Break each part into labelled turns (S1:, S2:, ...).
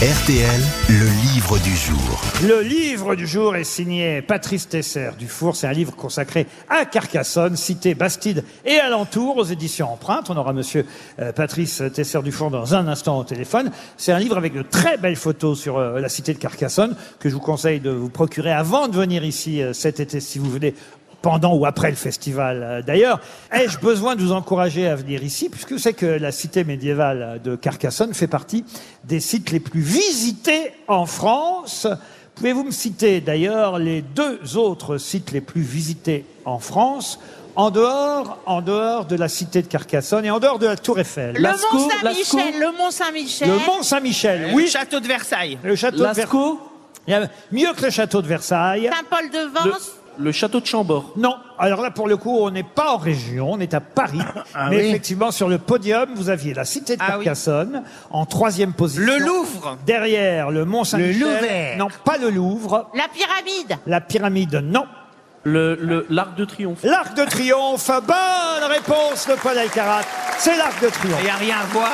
S1: RTL, le livre du jour.
S2: Le livre du jour est signé Patrice Tesser Dufour. C'est un livre consacré à Carcassonne, cité Bastide et alentour aux éditions Empreinte. On aura monsieur euh, Patrice Tesser Dufour dans un instant au téléphone. C'est un livre avec de très belles photos sur euh, la cité de Carcassonne que je vous conseille de vous procurer avant de venir ici euh, cet été si vous venez pendant ou après le festival. Euh, D'ailleurs, ai-je besoin de vous encourager à venir ici, puisque c'est que la cité médiévale de Carcassonne fait partie des sites les plus visités en France. Pouvez-vous me citer d'ailleurs les deux autres sites les plus visités en France en dehors, en dehors de la cité de Carcassonne et en dehors de la Tour Eiffel.
S3: Le
S4: Lascaux,
S3: Mont Saint-Michel,
S4: Lascaux.
S3: le Mont Saint-Michel.
S2: Le Mont Saint-Michel,
S4: Le
S2: oui.
S4: château de Versailles.
S2: Le château de Versailles.
S5: Lascaux,
S2: Il y a Mieux que le château de Versailles.
S4: Le,
S3: Saint-Paul-de-Vence.
S4: le château de Chambord.
S2: Non. Alors là, pour le coup, on n'est pas en région, on est à Paris. mais
S4: Ah oui.
S2: effectivement, sur le podium, vous aviez la cité de
S4: Ah oui.
S2: Carcassonne en troisième position.
S4: Le Louvre.
S2: Derrière le Mont Saint-Michel.
S4: Le Louvre.
S2: Non, pas le Louvre.
S3: La pyramide.
S2: La pyramide, non.
S5: le- le- l'arc de triomphe.
S2: L'Arc de Triomphe. Bonne réponse de Paul Alcarat. C'est l'Arc de
S4: Il
S2: Triomphe.
S4: n'y a rien à voir.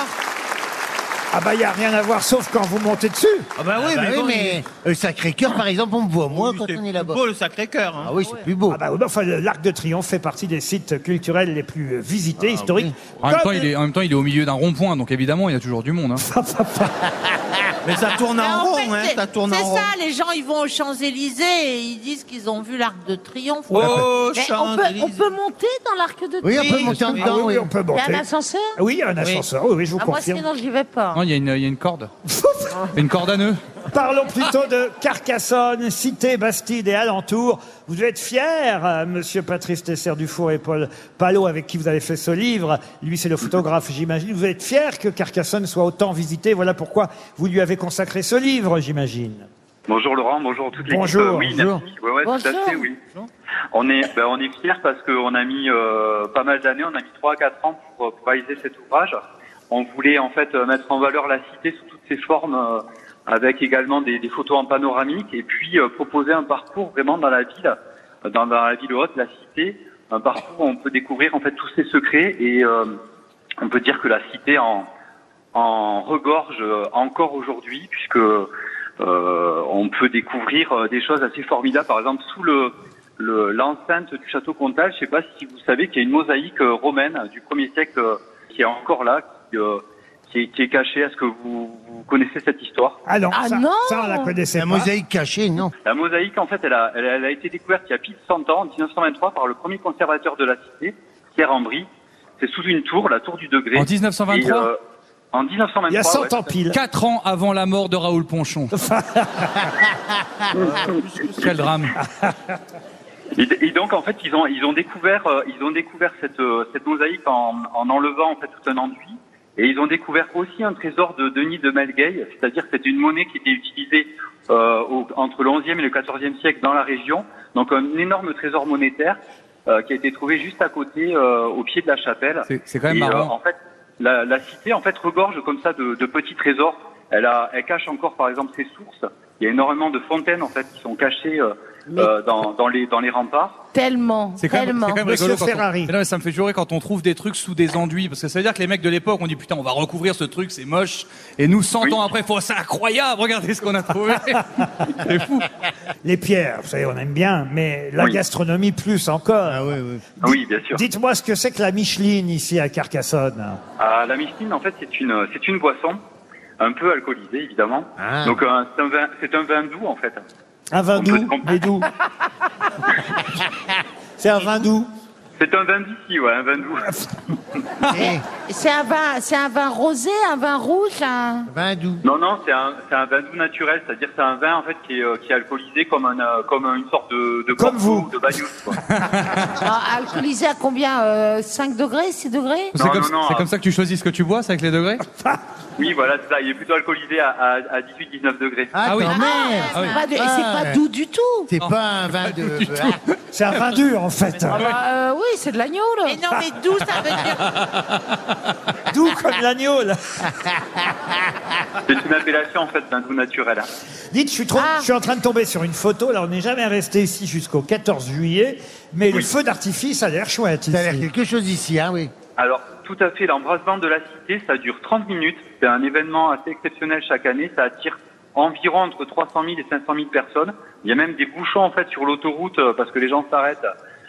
S2: Ah bah, il n'y a rien à voir sauf quand vous montez dessus.
S4: Ah
S6: Oh.
S4: bah oui,
S7: Ah
S4: mais
S7: bah oui,
S4: bon, il-
S7: mais le Sacré-Cœur, par exemple, on me voit moins
S4: oui,
S7: quand
S4: c'est
S7: on est là-bas.
S4: plus beau le Sacré-Cœur. hein.
S7: Ah oui, c'est plus beau.
S2: Ah bah, oui, enfin, le- l'Arc de Triomphe fait partie des sites culturels les plus euh, visités, historiques.
S6: Ah, En même, temps,
S2: Comme-
S6: il est, en même temps, il est au milieu d'un rond-point, donc évidemment, il y a toujours du monde. hein.
S4: Mais ça tourne en,
S3: Ah, en
S4: rond,
S3: fait,
S4: hein,
S3: c'est-
S4: ça tourne en
S3: C'est
S4: rond.
S3: ça, les gens, ils vont aux Champs-Élysées et ils disent qu'ils ont vu l'Arc de Triomphe.
S4: Oh,
S3: Mais on, peut,
S4: Champs-Élysées.
S3: on peut monter dans l'Arc de Triomphe
S7: Oui, on peut
S4: Oui,
S7: monter en
S4: oui,
S2: Ah
S7: dedans,
S2: oui,
S7: oui.
S2: oui, on peut
S3: Il y a un
S2: monter.
S3: ascenseur
S2: Oui, il y a un ascenseur. Oui, oui, je vous
S3: ah, Moi,
S2: confirme.
S3: sinon, j'y vais pas.
S6: Non, il y, a une- il y a une corde. une corde à nœuds.
S2: Parlons plutôt de Carcassonne, cité Bastide et alentour. Vous devez être fiers, euh, monsieur Patrice Tesser-Dufour et Paul Palot, avec qui vous avez fait ce livre. Lui, c'est le photographe, j'imagine. Vous êtes fiers que Carcassonne soit autant visitée. Voilà pourquoi vous lui avez consacré ce livre, j'imagine.
S8: Bonjour Laurent, bonjour toute l'équipe.
S2: Bonjour,
S8: Euh, oui,
S2: bonjour.
S8: merci. Ouais, ouais, tout
S3: Bonjour.
S8: à fait, oui. On est, ben, on est fiers parce qu'on a mis euh, pas mal d'années, on a mis 3 à 4 ans pour, pour réaliser cet ouvrage. On voulait en fait euh, mettre en valeur la cité sous toutes ses formes, euh, avec également des, des photos en panoramique, et puis euh, proposer un parcours vraiment dans la ville, euh, dans, dans la ville haute, la cité, un parcours où on peut découvrir en fait tous ses secrets, et euh, on peut dire que la cité en, en regorge euh, encore aujourd'hui, puisque euh, on peut découvrir euh, des choses assez formidables. Par exemple, sous le le- l'enceinte du château Comtal, je ne sais pas si vous savez qu'il y a une mosaïque euh, romaine du 1er siècle euh, qui est encore là, qui, euh, qui, est, qui est cachée. Est-ce que vous, vous connaissez cette histoire
S2: Ah non,
S3: Ah
S2: ça,
S3: non
S2: ça, on la connaissait
S7: C'est
S2: pas.
S7: un mosaïque caché, non
S8: La mosaïque, en fait, elle a, elle, elle a été découverte il y a pile 100 ans, en 1923, par le premier conservateur de la cité, Pierre Ambry. C'est sous une tour, la tour du degré.
S6: En 1923
S8: Et, euh, En 1923,
S2: Il y a 100
S8: Ah, ouais.
S2: ans pile.
S6: Quatre ans avant la mort de Raoul Ponchon. Quel drame.
S8: Et, et donc en fait ils ont ils ont découvert euh, ils ont découvert cette euh, cette mosaïque en, en enlevant en fait tout un enduit et ils ont découvert aussi un trésor de Denis de Malgueil, c'est-à-dire que c'était une monnaie qui était utilisée euh, au- entre le 11e et le 14e siècle dans la région, donc un énorme trésor monétaire euh, qui a été trouvé juste à côté euh, au pied de la chapelle.
S6: C'est- c'est quand même
S8: Et, euh,
S6: marrant.
S8: en fait, la, la cité en fait regorge comme ça de, de petits trésors. Elle, a, elle cache encore par exemple ses sources. Il y a énormément de fontaines en fait qui sont cachées euh, euh, dans, dans les dans les remparts.
S3: Tellement,
S6: C'est quand même,
S3: tellement.
S6: c'est quand même
S2: Monsieur
S6: rigolo. quand on-
S2: Ferrari.
S6: Mais non, mais ça me fait jurer quand on trouve des trucs sous des enduits. Parce que ça veut dire que les mecs de l'époque ont dit putain, on va recouvrir ce truc, c'est moche. Et nous, 100
S8: Oui.
S6: ans après, faut, c'est incroyable, regardez ce qu'on a trouvé. c'est fou.
S2: Les pierres, vous savez, on aime bien, mais la
S8: Oui.
S2: gastronomie plus encore.
S7: oui, oui.
S8: Ah Oui, bien sûr.
S2: Dites-moi ce que c'est que la Micheline ici à Carcassonne.
S8: Ah, la mistine, en fait, c'est une, c'est une boisson un peu alcoolisée, évidemment.
S7: Ah.
S8: Donc, un- c'est un vin, c'est un vin doux, en fait.
S2: Un vin
S8: On peut
S2: doux,
S8: se tromper.
S2: mais doux. C'est un vin doux.
S8: C'est un vin d'ici, ouais, un vin doux.
S7: Eh,
S3: C'est un vin, c'est un vin rosé, un vin rouge, un...
S7: vin doux.
S8: Non, non, c'est un, c'est un vin doux naturel, c'est-à-dire c'est un vin, en fait, qui est, euh, qui est alcoolisé comme un, euh, comme une sorte de, de
S2: Comme
S8: Porto
S2: vous.
S8: ou de Bayousse, quoi.
S3: Ah, alcoolisé à combien euh, 5 degrés, 6 degrés
S6: C'est
S8: Non,
S6: comme,
S8: non, non.
S6: c'est comme ça que tu choisis ce que tu bois, c'est avec les degrés
S8: Oui, voilà, c'est ça. Il est plutôt alcoolisé à, à, à 18, 19 degrés.
S7: Ah,
S6: oui.
S7: quand même
S6: Ah oui.
S3: Pas de- et C'est pas doux du tout.
S7: C'est pas un vin de... Ah,
S2: C'est un vin dur, en fait.
S3: oui, c'est de l'agneau, là. Mais non, mais doux, ça veut dire...
S2: Doux comme l'agneau, là.
S8: C'est une appellation, en fait, d'un doux naturel. hein.
S2: Dites, je suis, trop-
S3: Ah.
S2: je suis en train de tomber sur une photo. Là, on n'est jamais resté ici jusqu'au 14 juillet, mais le feu d'artifice a l'air chouette
S7: Ça a l'air
S2: ici.
S8: Eh
S7: quelque chose ici, hein, oui.
S8: Alors, tout à fait l'embrasse bande de la cité. Ça dure 30 minutes. C'est un événement assez exceptionnel chaque année. Ça attire environ entre 300 000 et 500 000 personnes. Il y a même des bouchons en fait sur l'autoroute euh, parce que les gens s'arrêtent.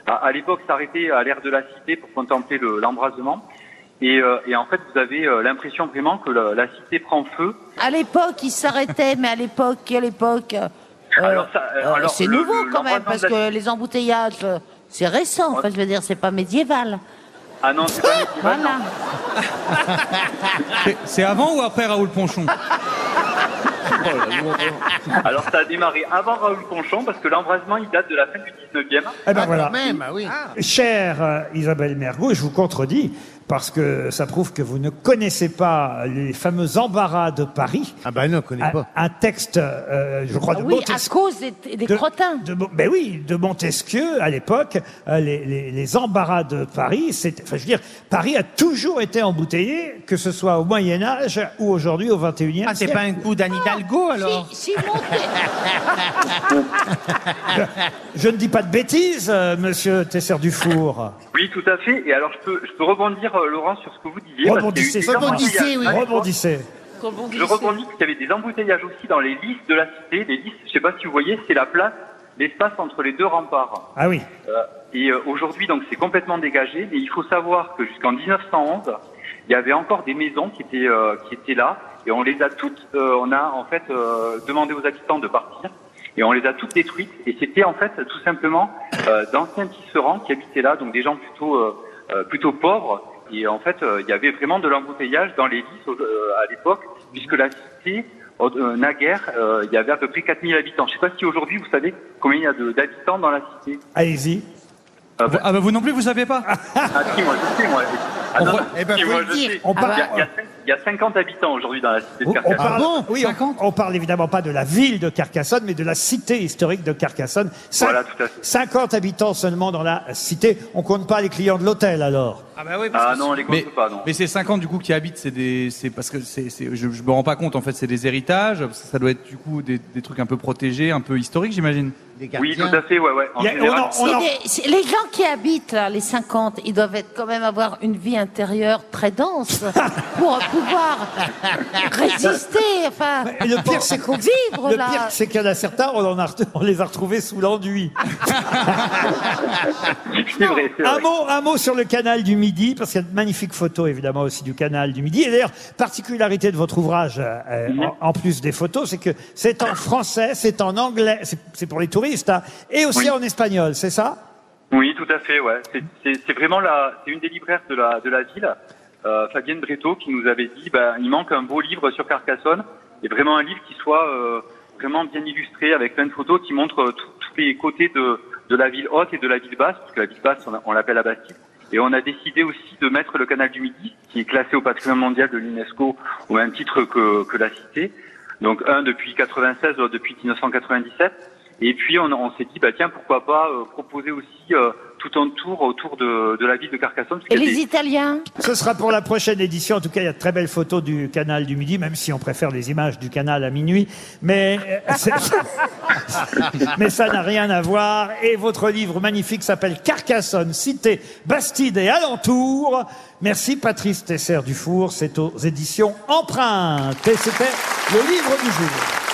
S8: À, à l'époque, s'arrêter à l'aire de la cité pour contempler le- l'embrasement. Et, euh, et en fait, vous avez euh, l'impression vraiment que la, la cité prend feu.
S3: À l'époque, il s'arrêtait, mais à l'époque, quelle époque euh,
S8: Alors ça, euh,
S3: euh,
S8: alors
S3: C'est
S8: le-
S3: nouveau
S8: le-
S3: quand même,
S8: l'embrasement
S3: parce
S8: de la-
S3: que les embouteillages, euh, c'est récent. Enfin, je veux dire, c'est pas médiéval.
S8: Ah non, c'est pas médiéval,
S3: Voilà.
S6: C'est- C'est avant ou après Raoul Ponchon
S8: non. Alors ça a démarré avant Raoul Conchon parce que l'embrasement il date de la fin du 19e.
S2: Eh ben
S7: Ah,
S2: voilà.
S7: quand même, ah oui.
S2: Chère euh, Isabelle Mergo, je vous contredis parce que ça prouve que vous ne connaissez pas les fameux embarras de Paris.
S7: Ah bah non, on connaît
S2: Un,
S7: pas.
S2: un texte, euh, je crois, de
S3: Ah Oui, à
S2: Montesquieu.
S3: cause des, des
S2: de-
S3: crottins.
S2: de Mo- ben oui, de Montesquieu, à l'époque, euh, les, les- les embarras de Paris, c'est, enfin, je veux dire, Paris a toujours été embouteillé, que ce soit au Moyen-Âge ou aujourd'hui au 21e
S4: Ah, c'est
S2: siècle.
S4: pas un coup d'Anne Hidalgo alors
S3: Ah, Si, si montait-
S2: Je ne dis pas de bêtises, euh, monsieur Tesser-Dufour.
S8: Oui, tout à fait. Et alors je peux, je peux rebondir euh, Laurent sur ce que vous disiez. parce qu'il y a eu
S2: Rebondissez,
S8: des embouteillages.
S7: rebondissez, oui.
S8: À l'époque,
S2: Rebondissez.
S8: Je rebondis parce qu'il y avait des embouteillages aussi dans les listes de la cité. Les listes, je sais pas si vous voyez, c'est la place, l'espace entre les deux remparts.
S2: Ah oui.
S8: Euh, et euh, aujourd'hui, donc, c'est complètement dégagé. Mais il faut savoir que jusqu'en 1911, il y avait encore des maisons qui étaient euh, qui étaient là, et on les a toutes. euh, on a en fait euh, demandé aux habitants de partir, et on les a toutes détruites. Et c'était en fait tout simplement euh, d'anciens tisserands qui habitaient là, donc des gens plutôt euh, euh, plutôt pauvres. Et en fait, euh, il y avait vraiment de l'embouteillage dans les lys euh, à l'époque, puisque la cité euh, naguère, euh, il y avait à peu près 4000 habitants. Je sais pas si aujourd'hui vous savez combien il y a de- d'habitants dans la cité.
S2: Allez-y.
S8: Ah bah,
S6: Ah bah vous non plus vous savez pas
S8: ah si, moi je sais, moi. Ah, non,
S6: voit-
S8: non,
S7: eh ben,
S8: si,
S7: faut
S8: moi,
S7: le
S8: je
S7: dire.
S8: sais.
S2: On
S8: Il y a-
S2: parle-
S8: il y a cinq- il y, a 50 habitants aujourd'hui dans la cité de
S2: On on
S8: Carcassonne.
S2: parle, oui, on, on parle évidemment pas de la ville de Carcassonne, mais de la cité historique de Carcassonne. Cin-
S8: Voilà, tout à fait.
S2: 50 habitants seulement dans la cité. On compte pas les clients de l'hôtel alors.
S6: Ah bah oui,
S8: Ah non, on les compte
S6: mais,
S8: pas, non.
S6: Mais ces 50 du coup qui habitent, c'est des, c'est parce que c'est, c'est- je, je me rends pas compte en fait, c'est des héritages. parce que ça doit être du coup des, des trucs un peu protégés, un peu historiques, j'imagine.
S7: Des
S8: Oui,
S7: gardiens.
S8: tout à fait, ouais, ouais. En
S2: Il y a-
S8: général,
S2: on en- on
S3: C'est
S2: en-
S3: des- c'est- les gens qui habitent là, les 50, ils doivent être quand même avoir une vie intérieure très dense pour pouvoir résister. Enfin,
S2: Et le pire, c'est qu'on-
S3: vivre
S2: Le
S3: là.
S2: pire, c'est qu'il y en a certains, on, en a ret- on les a retrouvés sous l'enduit.
S8: c'est vrai, Ah, c'est
S2: Un
S8: vrai.
S2: mot, un mot sur le canal du Midi, parce qu'il y a de magnifiques photos évidemment aussi du canal du Midi. Et d'ailleurs, particularité de votre ouvrage, euh, euh,
S8: Mm-hmm.
S2: en, en plus des photos, c'est que c'est en français, c'est en anglais, c'est c'est pour les touristes, hein, et aussi
S8: Oui.
S2: en espagnol, c'est ça
S8: Oui, tout à fait, ouais. C'est- C'est c'est vraiment la, c'est une des libraires de la, de la ville, euh, Fabienne Breto, qui nous avait dit, bah, il manque un beau livre sur Carcassonne, et vraiment un livre qui soit euh, vraiment bien illustré, avec plein de photos qui montrent euh, tout- tous les côtés de, de la ville haute et de la ville basse, parce que la ville basse, on, on l'appelle la Bastille. Et on a décidé aussi de mettre le canal du Midi, qui est classé au patrimoine mondial de l'UNESCO, au même titre que, que la cité. Donc un depuis 96, l'autre depuis 1997. Et puis on, on s'est dit bah tiens pourquoi pas euh, proposer aussi euh, tout un tour autour de, de la ville de Carcassonne. parce
S3: Et
S8: qu'il y a
S3: les
S8: des-
S3: Italiens
S2: Ce sera pour la prochaine édition. En tout cas, il y a de très belles photos du canal du Midi, même si on préfère les images du canal à minuit. Mais, euh, c'est- mais ça n'a rien à voir. Et votre livre magnifique s'appelle Carcassonne, cité, Bastide et alentour. Merci Patrice Tesser-Dufour. C'est aux éditions Empreinte. Et c'était le livre du jour.